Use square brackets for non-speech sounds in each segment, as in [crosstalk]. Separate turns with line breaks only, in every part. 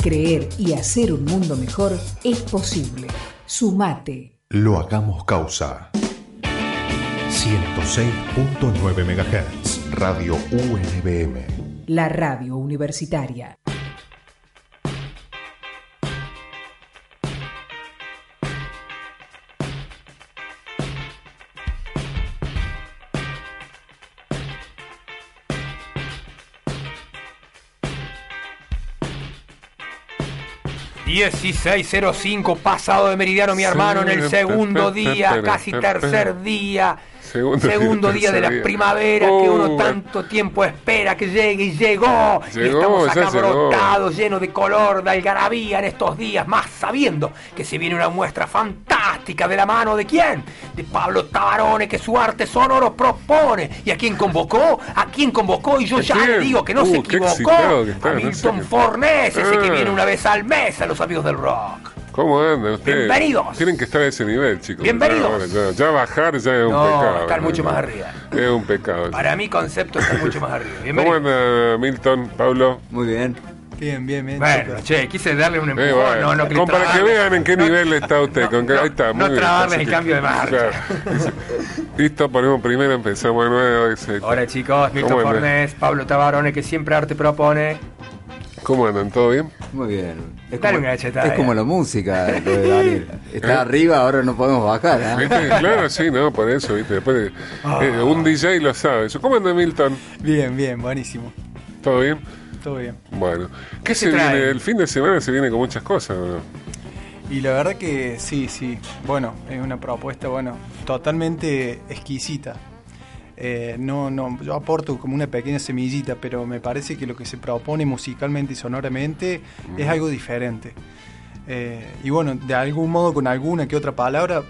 Creer y hacer un mundo mejor es posible. Sumate.
Lo hagamos causa. 106.9 MHz. Radio UNBM.
La radio universitaria.
cinco pasado de meridiano, mi hermano, en el segundo día, casi tercer día,
Segundo día,
segundo día de
tercer
la
día. Oh.
primavera que uno tanto tiempo espera que llegue y llegó. y
Llegó,
estamos
ya
acá
llegó.
brotados, llenos de color, de algarabía en estos días, más sabiendo que se viene una muestra fantástica de la mano de quién? De Pablo Tabarone, que su arte sonoro propone. ¿Y a quién convocó? ¿A quién convocó? Y yo
¿A
ya
quién?
le digo que no
Uh,
se
qué
equivocó.
excitado que está,
A
no sé
Milton
qué-
Fornés, ese que
Ah. Pues
viene una vez al mes a los amigos del rock.
¿Cómo andan ustedes?
Bienvenidos.
Tienen que estar a ese nivel, chicos.
Bienvenidos.
Ahora, Ya, ya bajar ya es un
No,
pecado.
estar mucho
¿no?
más arriba.
Es un pecado.
Para mi concepto está mucho más arriba.
¿Cómo
Bienvenido.
anda Milton, Pablo?
Muy bien.
Bien, bien, bien.
Bueno, che, quise darle un empujón,
Eh,
no,
bueno,
no,
con- para que
trabarle.
vean en qué nivel está usted.
no,
con que-
no,
ahí está,
no
muy bien.
trabarles
Así
el
que-
cambio de marcha.
Claro. Listo, ponemos primero, empezamos de nuevo. ese-
Hola chicos, Milton
¿Cómo andan?
Fornés, Pablo Tabarone, que siempre arte propone.
¿Cómo andan? ¿Todo bien?
Muy bien. Es
Dale
como,
una cachetada,
es
eh.
como la música lo de Daniel. Está arriba, ahora no podemos bajar. ¿eh?
[laughs]
¿Viste? Claro, sí, no, por eso, ¿viste? Después, de- eh,
Ah.
un DJ lo sabe. eso. ¿Cómo anda Milton?
Bien, bien, buenísimo.
¿Todo bien?
Todo bien.
Bueno. ¿Qué se
te trae?
viene? El fin de semana se viene con muchas cosas, ¿o no?
Y la verdad que sí, sí. Bueno, es una propuesta, bueno, totalmente exquisita. Eh, no, no, yo aporto como una pequeña semillita, pero me parece que lo que se propone musicalmente y sonoramente es algo diferente. Eh, y bueno, de algún modo, con alguna que otra palabra,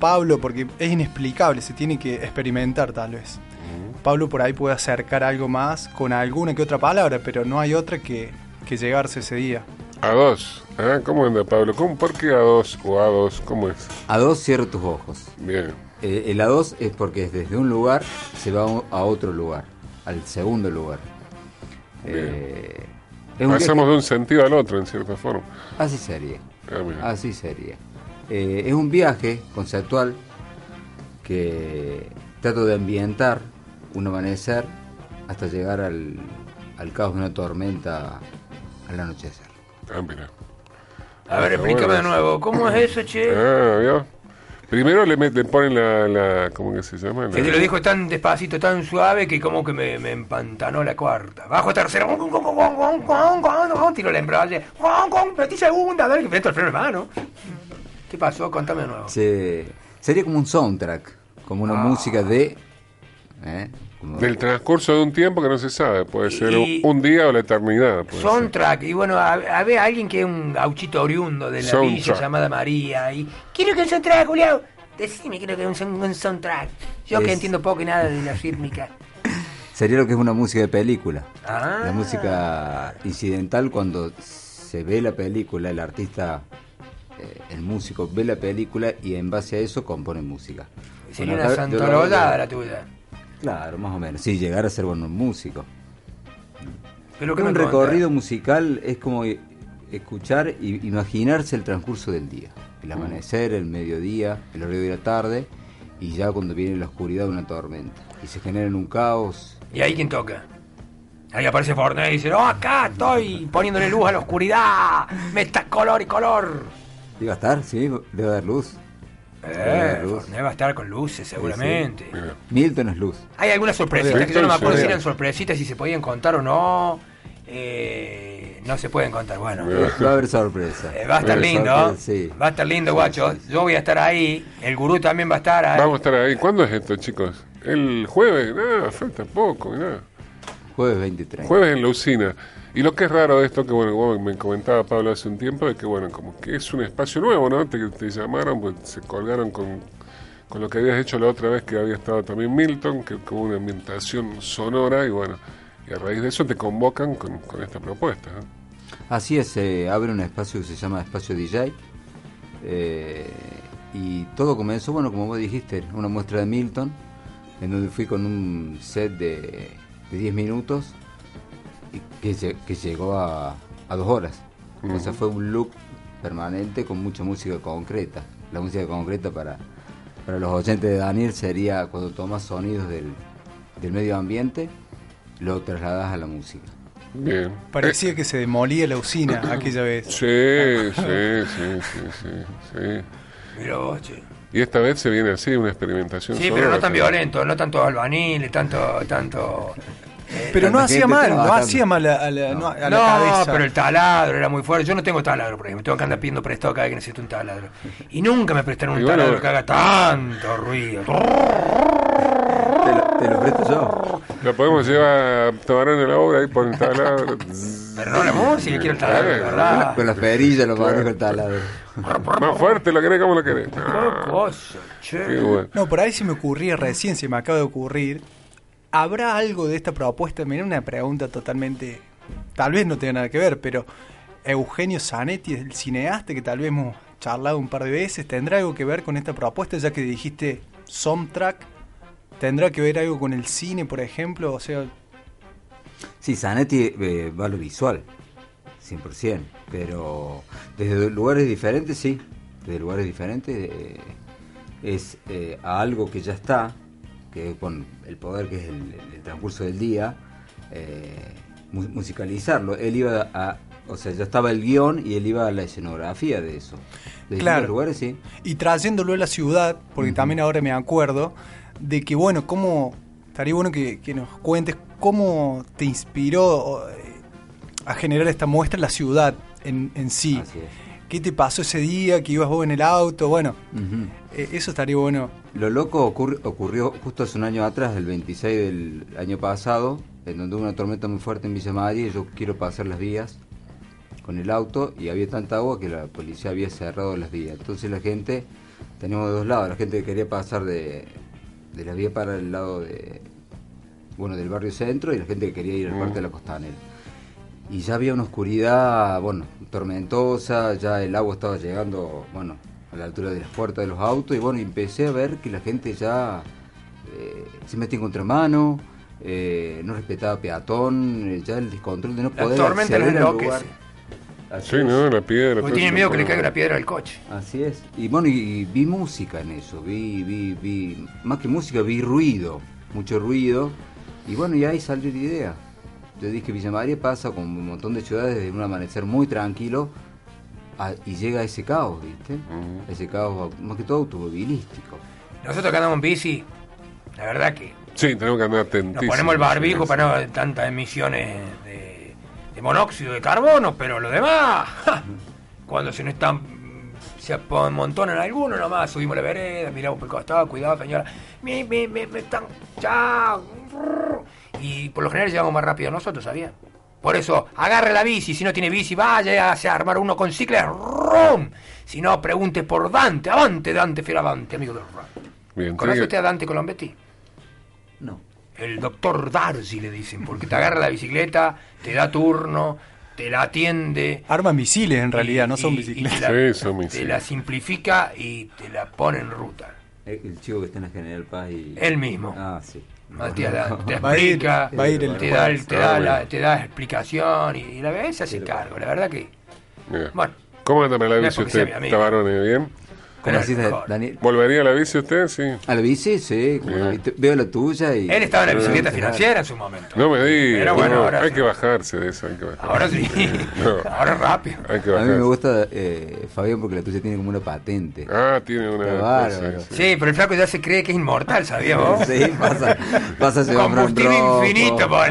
Pablo, porque es inexplicable, se tiene que experimentar tal vez. Pablo por ahí puede acercar algo más con alguna que otra palabra, pero no hay otra que, que llegarse ese día.
A dos. Ah, ¿Cómo anda Pablo? ¿Cómo, ¿Por qué a dos o a dos? ¿Cómo es?
A dos cierro tus ojos.
Bien.
Eh, el A2 es porque es desde un lugar se va a otro lugar, al segundo lugar. Eh, es un
Pasamos de un sentido al otro, en cierta forma.
viaje- así sería.
Ah, mira.
Así sería. Eh, es un viaje conceptual que trato de ambientar un amanecer hasta llegar al, al caos de una tormenta al anochecer.
Ah, mira.
A ver,
Ah,
explícame de
bueno.
nuevo, ¿cómo es eso, che?
Ah, ¿vio? Primero le, met- le ponen la, la- ¿Cómo que se llama? La-
Que te lo dijo tan despacito, tan suave, que como que me, me empantanó la cuarta. Bajo tercera, tiro la embrague, metí segunda, dale que meto el freno de mano. ¿Qué pasó? Contame de nuevo.
Se- sería como un soundtrack, como una música de... ¿eh? Como-
Del transcurso de un tiempo que no se sabe. Puede ser
Y-
un día o la eternidad. pues. puede ser.
Soundtrack, y bueno, a- había alguien que es un gauchito oriundo de la villa
Soundtrack.
llamada María, y quiero que un soundtrack, Julián, decime quiero que un, son- un soundtrack, yo que
Es-
entiendo poco y nada de la rítmica.
Sería lo que es una música de película.
Ah.
La música incidental cuando se ve la película, el artista, eh, el músico ve la película y en base a eso compone música.
Sería
Bueno,
una
acá yo lo-
santorollada la tuya.
Claro, más o menos. Sí, llegar a ser bueno músico.
Pero que
Un recorrido musical es como e- escuchar y imaginarse el transcurso del día.
Mm.
El amanecer, el mediodía, el horario de la tarde y ya cuando viene la oscuridad una tormenta. Y se genera un caos.
Y ahí quien toca. Ahí aparece Fortnite y dice, no, acá estoy poniéndole luz a la oscuridad, metas color y color.
Iba a estar, sí, debe haber luz.
Eh,
luz.
Fortnite va a estar con luces seguramente.
Mira.
Milton
[laughs]
es luz.
Hay algunas sorpresitas,
Oye,
que yo no me acuerdo
entonces-
si eran sorpresitas, si se podían contar o no. Eh, no se pueden contar, bueno.
Bien.
Va a haber sorpresa.
Eh, va a estar
haber
lindo,
sorpresa, sí.
va a estar lindo, guacho. Yo voy a estar ahí, el gurú también va a estar ahí.
Vamos a estar ahí. ¿Cuándo es esto, chicos? ¿El jueves? Nada, falta poco, Ah, mirá.
Jueves 23.
Jueves en la usina. Y lo que es raro de esto, que bueno, como me comentaba Pablo hace un tiempo, es que bueno, como que es un espacio nuevo, ¿no? Te, te llamaron, pues, se colgaron con, con lo que habías hecho la otra vez que había estado también Milton, que hubo una ambientación sonora y bueno, y a raíz de eso te convocan con, con esta propuesta. ¿eh? ¿no?
Así es, se abre un espacio que se llama Espacio DJ. eh, y todo comenzó, bueno, como vos dijiste, una muestra de Milton, en donde fui con un set de, de 10 minutos y que, lle- que llegó a, a dos horas. O sea, fue un loop permanente con mucha música concreta. La música concreta para, para los oyentes de Daniel sería cuando tomas sonidos del, del medio ambiente, lo trasladas a la música.
Bien.
Parecía que se demolía
[coughs]
la usina aquella vez.
Sí, sí, sí, sí, sí, sí.
Mira vos, che.
Y esta vez se viene así, una experimentación
Sí, pero no
sonora
tan
también.
violento, no tanto albanil, tanto, tanto. eh,
Pero no
Tanta
hacía
gente
mal, no
trabajando.
hacía mal a, a la, no, a la
no,
cabeza.
pero el taladro era muy fuerte. Yo no tengo taladro, por ejemplo. Tengo que andar pidiendo prestado cada vez que necesito un taladro. Y nunca me prestaron un
Y bueno,
taladro que haga tanto ruido.
Te lo, te lo presto yo.
La podemos llevar a Tabarán en la obra y
[laughs]
poner taladro.
Pero no la música, quiero el taladro, de verdad.
Con las perillas lo manejo el taladro.
Más fuerte, lo querés como lo querés.
Qué
No,
cosa, che.
qué bueno.
No, por ahí se me ocurría recién, se me acaba de ocurrir. ¿Habrá algo de esta propuesta? Mira, una pregunta totalmente. Tal vez no tenga nada que ver, pero Eugenio Zanetti, el cineasta que tal vez hemos charlado un par de veces, ¿tendrá algo que ver con esta propuesta? Ya que dijiste soundtrack, ¿tendrá que ver algo con el cine, por ejemplo? O sea,
Sí, Zanetti eh, va a lo visual, 100%, pero desde lugares diferentes, sí, desde lugares diferentes eh, es eh, a algo que ya está, que con el poder que es el, el- el transcurso del día, eh, mu- musicalizarlo. Él iba a, o sea, ya estaba el guión y él iba a la escenografía de eso. Desde
Claro.
claro. lugares, sí.
y trayéndolo a la ciudad, porque también ahora me acuerdo, de que bueno, cómo, estaría bueno que, que nos cuentes cómo te inspiró eh, a generar esta muestra la ciudad en, en sí.
Así es.
¿Qué te pasó ese día que ibas vos en el auto? Bueno,
Ujú.
eh, eso estaría bueno.
Lo loco ocurri- ocurrió justo hace un año atrás, el 26 del año pasado, en donde hubo una tormenta muy fuerte en Villa María y yo quiero pasar las vías con el auto y había tanta agua que la policía había cerrado las vías. Entonces la gente, teníamos de dos lados, la gente que quería pasar de, de la vía para el lado de, bueno, del barrio centro y la gente que quería ir
Mm.
al parte de la costanera. Y ya había una oscuridad, bueno, tormentosa, ya el agua estaba llegando, bueno, a la altura de las puertas de los autos, y bueno, empecé a ver que la gente ya eh, se metía en contramano, eh, no respetaba peatón, eh, ya el descontrol de no
La
poder
tormenta los
acceder al lugar.
enloquece.
Así
Sí,
es.
no, la piedra.
Porque
todo
tienen
eso.
miedo que le caiga una piedra al coche.
Así es. Y bueno, y, y vi música en eso, vi, vi, vi, más que música, vi ruido, mucho ruido. Y bueno, y ahí salió la idea. Yo dije, Villa María pasa con un montón de ciudades de un amanecer muy tranquilo a- y llega ese caos, ¿viste? Ese caos, más que todo automovilístico.
Nosotros que andamos en bici, la verdad que
Sí, tenemos que andar
nos
atentísimos.
ponemos el barbijo
Sí,
para no haber tantas emisiones de, de monóxido de carbono, pero lo demás, [laughs] ja, cuando se nos están, se amontonan algunos nomás, subimos la vereda, miramos por el costado, cuidado señora, me, me, me, me están, chao. Y por lo general llegamos más rápido nosotros, ¿sabías? Por eso, agarre la bici, si no tiene bici, vaya a armar uno con cicles, ¡rum! Si no, pregunte por Dante, avante, Dante, fiel avante, amigo del rock.
Bien,
¿Conoce
sigue.
usted a Dante Colombetti?
No.
El doctor Darcy le dicen, porque te agarra la bicicleta, te da turno, te la atiende.
Armas misiles en realidad,
y-
no son
y- y te
bicicletas.
la-
Sí, son
Te
misiles.
la simplifica y te la pone en ruta.
El, Eh, el chico que está en la General Paz y...
Él mismo.
Ah, sí.
[laughs]
Matías da- te
Va a ir-
explica,
va a ir el
te, da, el-
jueves.
te, da
Ah,
la-
bueno.
te da explicación y, y la vez se hace cargo. La verdad que.
Bien.
Bueno.
¿Cómo anda con la
No es
bici
porque sea
usted,
mi amigo.
Tabarone? ¿Bien?
¿Cómo
era
así,
el mejor.
Daniel?
¿Volvería a la bici usted? Sí.
A la bici, sí. como
Bien.
la- te- veo la tuya y...
Él estaba en la bicicleta
Claro.
financiera en su momento.
No me digas.
Pero bueno,
no,
ahora
hay
sí. Ah.
que bajarse de eso. Hay que bajarse.
Ahora sí.
[laughs] No.
Ahora rápido.
Hay que
A mí
bajarse.
me gusta eh, Fabián porque la tuya tiene como una patente.
Ah, tiene una.
Qué
[laughs]
bárbaro.
sí, sí.
Sí, pero el flaco ya se cree que es inmortal, ¿sabías vos?
[laughs] Sí, pasa, pasa a llevar un
Combustible
rojo.
infinito, por.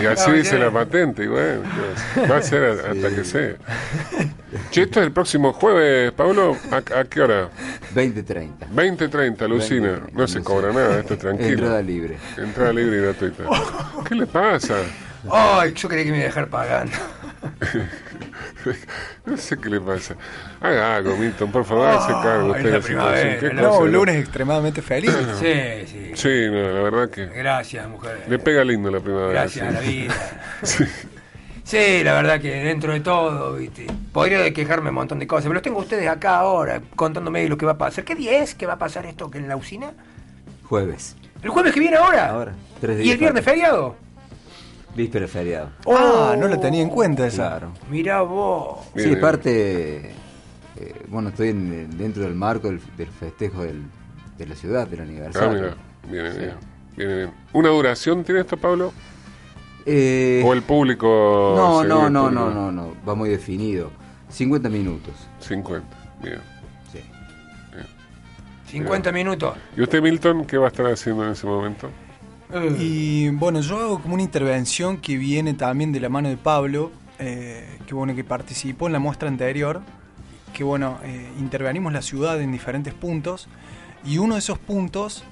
Y así
Ah,
dice
bien. [laughs]
la patente, y bueno, ¿qué va a ser? va a ser a- hasta que sea. Che, esto es el próximo jueves, Pablo. ¿A, a qué hora?
20.30.
20.30, Lucina.
20:30,
no se
Lucina.
cobra nada, esto es tranquilo.
Entrada libre.
Entrada libre y gratuita. ¿Qué le pasa?
Ay, yo creí que me iba a dejar pagando.
No sé qué le pasa. Haga algo, Milton, por favor, hágase cargo.
es
usted de
la
la
primera
situación.
vez,
¿Qué
¿no?
cosa,
No, un lunes
[coughs]
extremadamente feliz.
Ah.
Sí, sí.
Sí, no, la verdad que
Gracias, mujer.
le pega lindo la primavera.
Gracias a
sí.
la vida. Sí, la verdad que dentro de todo, ¿viste? Podría quejarme un montón de cosas, pero los tengo a ustedes acá ahora contándome lo que va a pasar. ¿Qué día es que va a pasar esto que en la usina?
Jueves.
¿El jueves que viene ahora?
Ahora. Tres
¿Y el viernes feriado?
Víspera de feriado.
Ah, no lo tenía en cuenta esa.
Claro.
Mirá vos.
Bien,
sí,
bien.
parte. eh, bueno, estoy en- dentro del marco del, del festejo del- de la ciudad, del
Ah,
aniversario.
mira, viene bien. Viene bien. ¿Una duración tiene esto, Pablo?
Eh,
¿O el público? seguro
no, no,
el
no,
público?
no, no, no. Va muy definido. 50 minutos.
50. Bien.
Sí.
50 minutos.
¿Y usted, Milton, qué va a estar haciendo en ese momento?
Eh.
Y bueno, yo hago como una intervención que viene también de la mano de Pablo, eh, que bueno, que participó en la muestra anterior, que bueno, eh, intervenimos la ciudad en diferentes puntos, y uno de esos puntos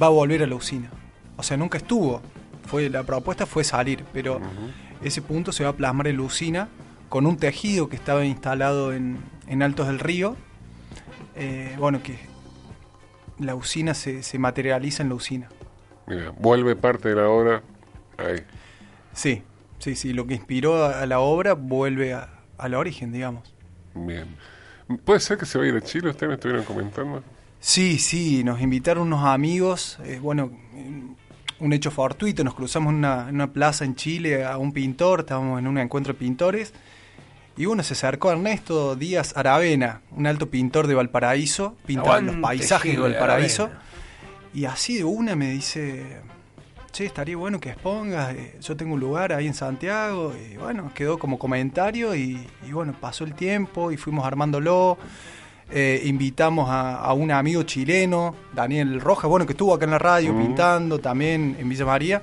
va a volver a la usina. O sea, nunca estuvo. Fue, la propuesta fue salir, pero ese punto se va a plasmar en la usina con un tejido que estaba instalado en, en Altos del Río. eh, bueno, que la usina se- se materializa en la usina.
Mira, vuelve parte de la obra. Ahí.
Sí, sí, sí. Lo que inspiró a a la obra vuelve a- al origen, digamos.
Bien. ¿Puede ser que se va a ir a Chile? Ustedes me estuvieron comentando.
Sí, sí, nos invitaron unos amigos. eh, bueno, eh, un hecho fortuito. Nos cruzamos en una, en una plaza en Chile a un pintor. Estábamos en un encuentro de pintores. Y bueno, se acercó Ernesto Díaz Aravena, un alto pintor de Valparaíso. Pinta
Aguante,
los paisajes de
Chile,
Valparaíso.
Aravena.
Y así de una me dice, che, estaría bueno que expongas, eh, yo tengo un lugar ahí en Santiago, y bueno, quedó como comentario y, y bueno, pasó el tiempo y fuimos armándolo. Eh, invitamos a, a un amigo chileno, Daniel Rojas, bueno, que estuvo acá en la radio
Mm.
pintando también en Villa María.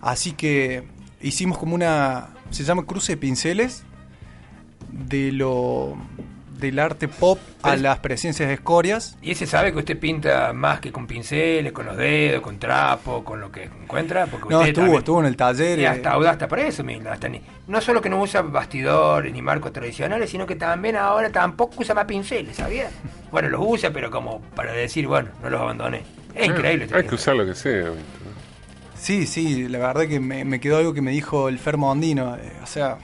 Así que hicimos como una, se llama cruce de pinceles, de lo del arte pop a
Pero-
las presencias de escorias.
¿Y ese sabe que usted pinta más que con pinceles, con los dedos, con trapo, con lo que encuentra? Porque
No,
usted
estuvo,
también-
estuvo en el taller.
Y
eh,
hasta audaz hasta para eso, Milton, hasta ni- no solo que no usa bastidores ni marcos tradicionales, sino que también ahora tampoco usa más pinceles, ¿sabía? Bueno, los usa, pero como para decir, bueno, no los abandoné. Es increíble. este
Hay que
pintor.
usar lo que sea. ¿viste?
Sí, sí, la verdad que me, me quedó algo que me dijo el Fer Mondino. eh, o sea,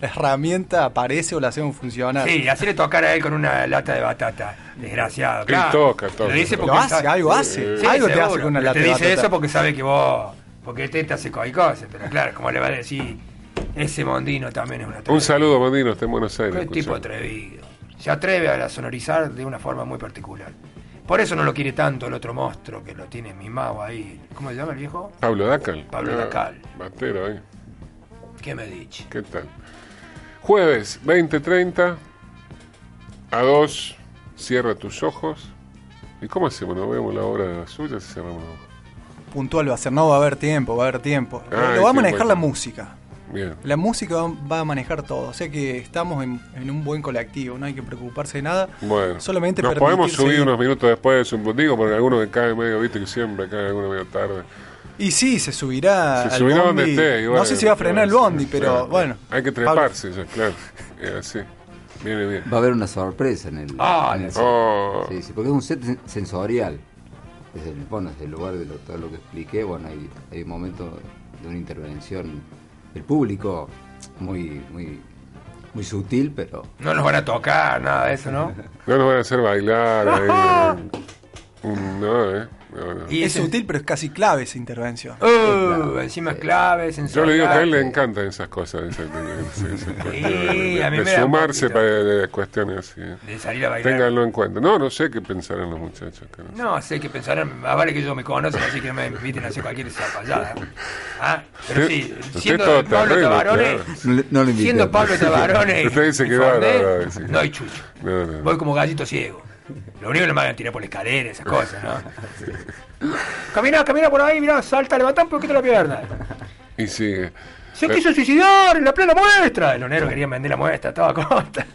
la herramienta aparece o la hacemos funcionar.
Sí, hacerle tocar a él con una lata de batata, desgraciado.
Él
claro.
toca, toca.
Lo dice
Lo
porque
Lo hace,
sabe-
algo hace.
Sí,
algo te
seguro,
hace con una
pero
lata.
Te
de
dice
batata.
eso porque sabe que vos, porque este te hace cualquier cosa, pero claro, como le va a decir, ese mondino también es una
Un saludo, Mandino. Está en Buenos Aires.
Qué tipo
escuchando.
atrevido. Se atreve a la sonorizar de una forma muy particular. Por eso no lo quiere tanto el otro monstruo que lo tiene mimado ahí. ¿Cómo se llama el viejo?
Pablo Dacal.
Pablo
Ah,
Dacal.
Batero, ¿eh?
¿Qué me dice?
¿Qué tal? Jueves 20.30 a 2. Cierra tus ojos. ¿Y cómo hacemos? ¿No vemos la obra suya si cerramos los ojos?
Puntual va a ser, no va a haber tiempo, va a haber tiempo.
Ah,
lo va a
qué
manejar la
bueno.
música.
Bien.
La música va- va a manejar todo. O sea que estamos en, en un buen colectivo, no hay que preocuparse de nada.
Bueno,
solamente
nos podemos
permitirse-
subir unos minutos después de su digo, porque algunos que caen medio, viste que siempre caen algunos medio tarde.
Y sí, se subirá.
Se
Ah, al
subirá donde
bondi.
esté. y
no
bueno,
sé si va a frenar el
claro,
bondi,
sí,
pero
claro.
bueno.
Hay que
Pablo-
treparse, ya, claro. [laughs] Es así. Viene bien.
Va a haber una sorpresa en el.
Ah,
en el
la-
set.
Oh,
Sí, sí, porque es un set sen- sensorial. Desde el, bueno, desde el lugar de lo, todo lo que expliqué, bueno, hay, hay un momento de una intervención del público muy, muy, muy sutil, pero
No nos van a tocar, nada de eso, ¿no?
No nos van a hacer
[laughs]
bailar. ahí, no, no, eh. No, no.
Y
Es
ese-
sutil, pero es casi clave esa intervención.
Uh, encima es clave, es
Yo le digo que a él le
sensorial.
encantan esas cosas. esas- esas- esas cuestiones
Sí,
de-
a mí
de
me da
sumarse
poquito.
para de cuestiones así. eh.
De salir a bailar.
Ténganlo en cuenta. No, no sé qué pensarán los muchachos. que no sé.
No, sé que pensarán, más vale que yo me conocen, así que no me inviten a hacer cualquier zapallada. ¿Ah? Pero sí,
Usted-
siendo
usted todo
Pablo
terreno,
Tabarone,
claro.
no, le- no lo invité.
siendo Pablo Tabarone,
[laughs] Usted dice
y
que no, no,
Forné,
no, sí.
no hay chucho.
No, no, no.
Voy como gallito ciego. Lo único que no me hagan tirar por la escalera, esas cosas, ¿no?
[laughs]
Camina, camina por ahí, mirá, salta, levanta un poquito la pierna.
Y eh. sigue.
Se quiso suicidar en la plena muestra. Los negros querían vender la muestra a toda costa.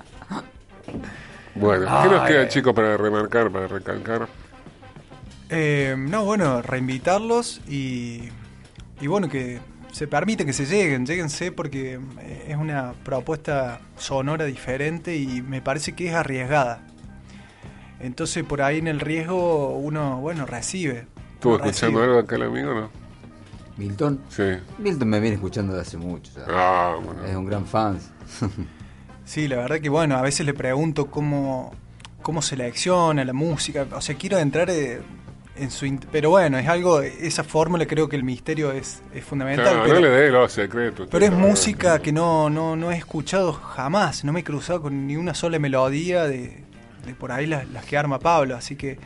Bueno, ¿qué nos
Ay.
queda, chicos, para remarcar, para recalcar?
Eh, no, bueno, reinvitarlos y, y bueno, que se permite que se lleguen, lléguense porque eh, es una propuesta sonora diferente y me parece que es arriesgada. Entonces por ahí en el riesgo uno, bueno, recibe.
¿Estuvo
Recibe.
escuchando algo acá el amigo, no?
Milton.
Sí.
Milton me viene escuchando de hace mucho. ya.
Ah, bueno.
Es un gran fan.
Sí, la verdad que bueno, a veces le pregunto cómo, cómo selecciona la música, o sea, quiero entrar eh, en su... int- Pero bueno, es algo, esa fórmula creo que el misterio es, es fundamental.
Claro,
pero-
no le dé los secretos.
Pero es
chicos,
música que no, no, no he escuchado jamás, no me he cruzado con ni una sola melodía de, de por ahí las, las que arma Pablo, así que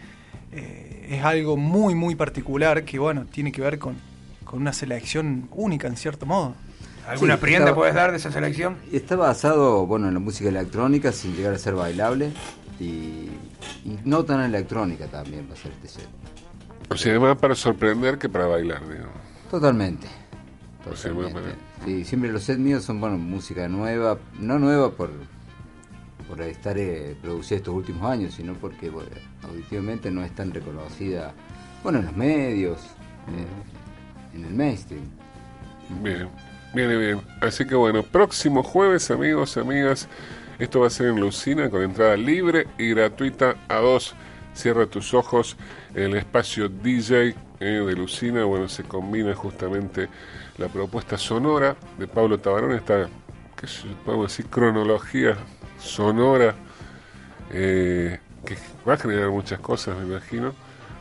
eh, es algo muy, muy particular que, bueno, tiene que ver con, con una selección única en cierto modo.
¿Alguna
Sí,
prenda
estaba-
puedes dar de esa selección?
Y Está basado, bueno, en la música electrónica sin llegar a ser bailable y, y no tan electrónica también va a ser este set.
O sea, más para sorprender que para bailar, digo.
Totalmente.
O sea, bueno,
Totalmente. Sí, siempre los sets míos son, bueno, música nueva, no nueva por, por estar eh, producida estos últimos años, sino porque bueno, auditivamente no es tan reconocida, bueno, en los medios, eh, en el mainstream.
Bien, viene bien. Así que bueno, próximo jueves, amigos, amigas, esto va a ser en Lucina con entrada libre y gratuita a dos. Cierra tus ojos, el espacio DJ eh, de Lucina, bueno, se combina justamente la propuesta sonora de Pablo Tabarón, esta, qué sé yo, podemos decir, cronología sonora, eh, que va a generar muchas cosas, me imagino,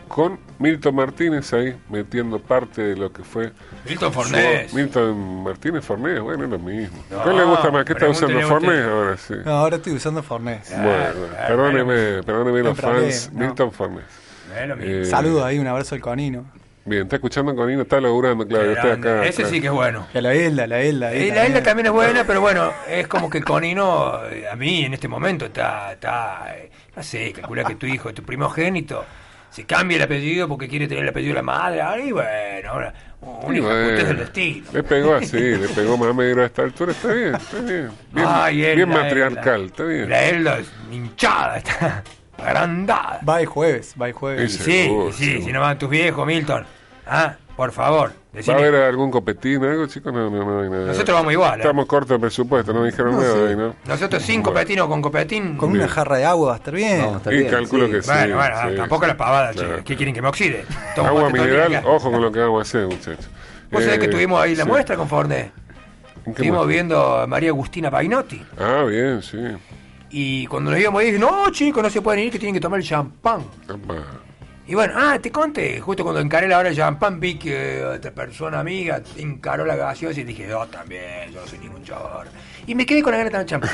con Milton Martínez ahí metiendo parte de lo que fue
Milton
Fornés.
Fornés.
Milton Martínez Fornés, bueno, es lo mismo.
No,
¿Cuál le gusta más? ¿Qué está usando
pregúntele
Fornés
usted.
ahora? Sí.
No, ahora estoy usando Fornés.
bueno,
ah,
perdóneme, perdóneme los
Temprano,
fans.
no.
Milton Fornés.
Bueno, mi-
Eh,
Saludos ahí, un abrazo al conino.
Bien, está escuchando con Ina, está laburando, claro, está acá.
Ese
acá.
sí que es bueno.
Y a la Elda, la Elda. ahí
Y Eh, la isla también es buena, pero bueno, es como que el Conino, eh, a mí en este momento está, está eh, no sé, calcula que tu hijo, tu primogénito, se cambia el apellido porque quiere tener el apellido de la madre, ah, y bueno, ahora, un
Y
hijo
bueno,
es del destino.
Le pegó así, le pegó más medio a esta altura, está bien, está bien. Bien,
Ay, él,
bien
la
matriarcal,
Elda.
está bien.
La isla es hinchada, está [laughs] agrandada.
Va el jueves, va el jueves.
Ese.
Sí,
Seguro,
sí,
seguro.
si no van tus viejos, Milton. Ah, por favor,
¿Va a
decime.
haber algún copetín, algo, chicos? No, no, no hay nada.
Nosotros vamos igual, ¿eh?
Estamos cortos de presupuesto, no dijeron
No,
nada
sí.
ahí, ¿no?
Nosotros cinco
Bueno.
copetinos con copetín.
Con una jarra de agua va a estar bien.
Vamos a estar
Y
bien,
calculo
sí.
que sí.
bueno, bueno,
sí,
tampoco
sí.
la pavada, che.
Claro.
¿Qué quieren que me oxide? Tomo
Agua
mate todo el día.
mineral, ojo con lo que vamos a hacer, muchachos.
Vos sabés que
Eh,
tuvimos ahí la
sí.
muestra con Fornés.
¿En qué
Estuvimos
muestra?
viendo a María Agustina Bainotti.
Ah, bien, sí.
Y cuando nos íbamos, dije, no, chicos, no se pueden ir, que tienen que tomar el champán.
Apa. [laughs]
Y bueno, ah, te conté, justo cuando encaré la hora de champán, vi que otra persona amiga encaró la gaseosa y dije, yo también, yo no soy ningún chorro. Y me quedé con la gana de tomar champán.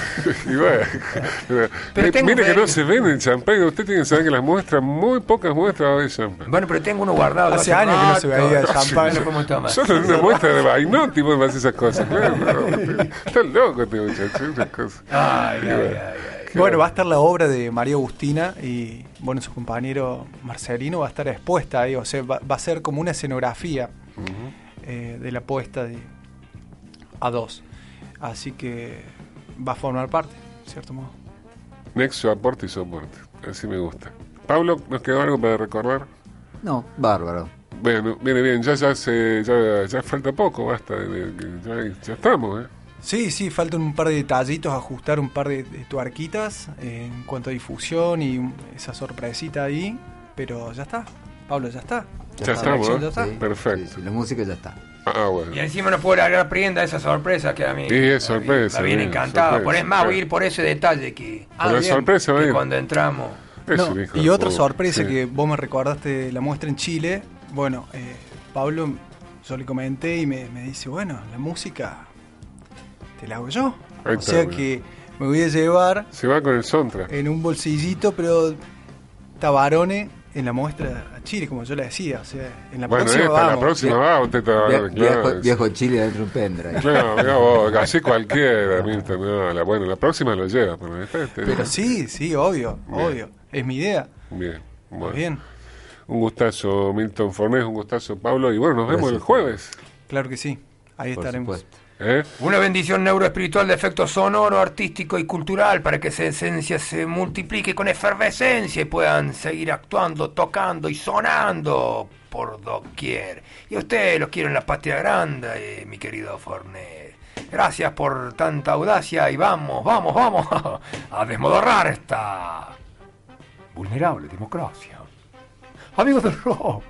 Y bueno,
Pero tengo
mire que
fe-
no se vende el champán. Usted tiene que saber que las muestras, muy pocas muestras va a champán.
bueno, pero tengo uno guardado. de
Hace años que no se
rato.
veía el champán.
No lo podemos tomar. [laughs]
Solo en una muestra de Bainotti vos vas a esas cosas. Claro, no, está loco este muchacho. esas cosas.
Ay, ay, ay, ay.
Bueno, va a estar la obra de María Agustina y bueno, su compañero Marcelino va a estar expuesta ahí, o sea, va, va a ser como una escenografía eh, de la puesta de A2. Así que va a formar parte, de cierto modo.
Nexo, aporte y soporte. Así me gusta. Pablo, ¿nos quedó algo para recordar?
No, bárbaro.
Bueno, viene bien, ya, ya, se, ya, ya falta poco, basta. de- de- que ya, ya estamos, ¿eh?
Sí, sí, faltan un par de detallitos, ajustar un par de, de tuerquitas eh, en cuanto a difusión y un- esa sorpresita ahí, pero ya está. Pablo, ya está.
Ya,
está,
estamos,
Alexis,
¿eh?
ya está.
Sí,
Perfecto.
sí, sí, la música ya está.
Ah, bueno.
Y encima nos puede largar prenda esa sorpresa que a mí.
Sí, es sorpresa,
Me viene
bien,
encantada.
sorpresa,
Por es más, voy a
claro.
ir por ese detalle que.
Por la
bien,
sorpresa,
que
bien.
cuando entramos.
Es
No,
un hijo
y
de
otra
puta,
sorpresa
sí.
que vos me recordaste de la muestra en Chile. Bueno, eh, Pablo, yo le comenté y me, me dice, bueno, la música te la hago yo.
Ahí
o
está,
sea
mira.
que me voy a llevar
Se va con el soundtrack.
en un bolsillito, pero Tabarone en la muestra a Chile, como yo le decía. O sea, en la
bueno,
próxima
esta, la
vamos.
próxima
Vie-
va, usted está.
Via-
claro,
viejo,
sí.
viejo Chile dentro de un pendrive.
Claro, mirá vos, así cualquiera, Milton, no, la, bueno, la próxima lo lleva, pero esta, este-
Pero sí, sí, obvio,
Bien.
obvio. Es mi idea.
Bien, bueno.
Bien,
Un gustazo, Milton Fornés, un gustazo, Pablo, y bueno, nos vemos el
Gracias.
jueves.
claro que sí. Ahí
Por
estaremos.
supuesto.
¿Eh?
Una bendición neuroespiritual de efecto sonoro, artístico y cultural para que esa esencia se multiplique con efervescencia y puedan seguir actuando, tocando y sonando por doquier. Y a ustedes los quiero en la patria grande, eh, mi querido Fornet. Gracias por tanta audacia y vamos, vamos, vamos [laughs] a desmodorrar esta vulnerable democracia. Amigos del rock.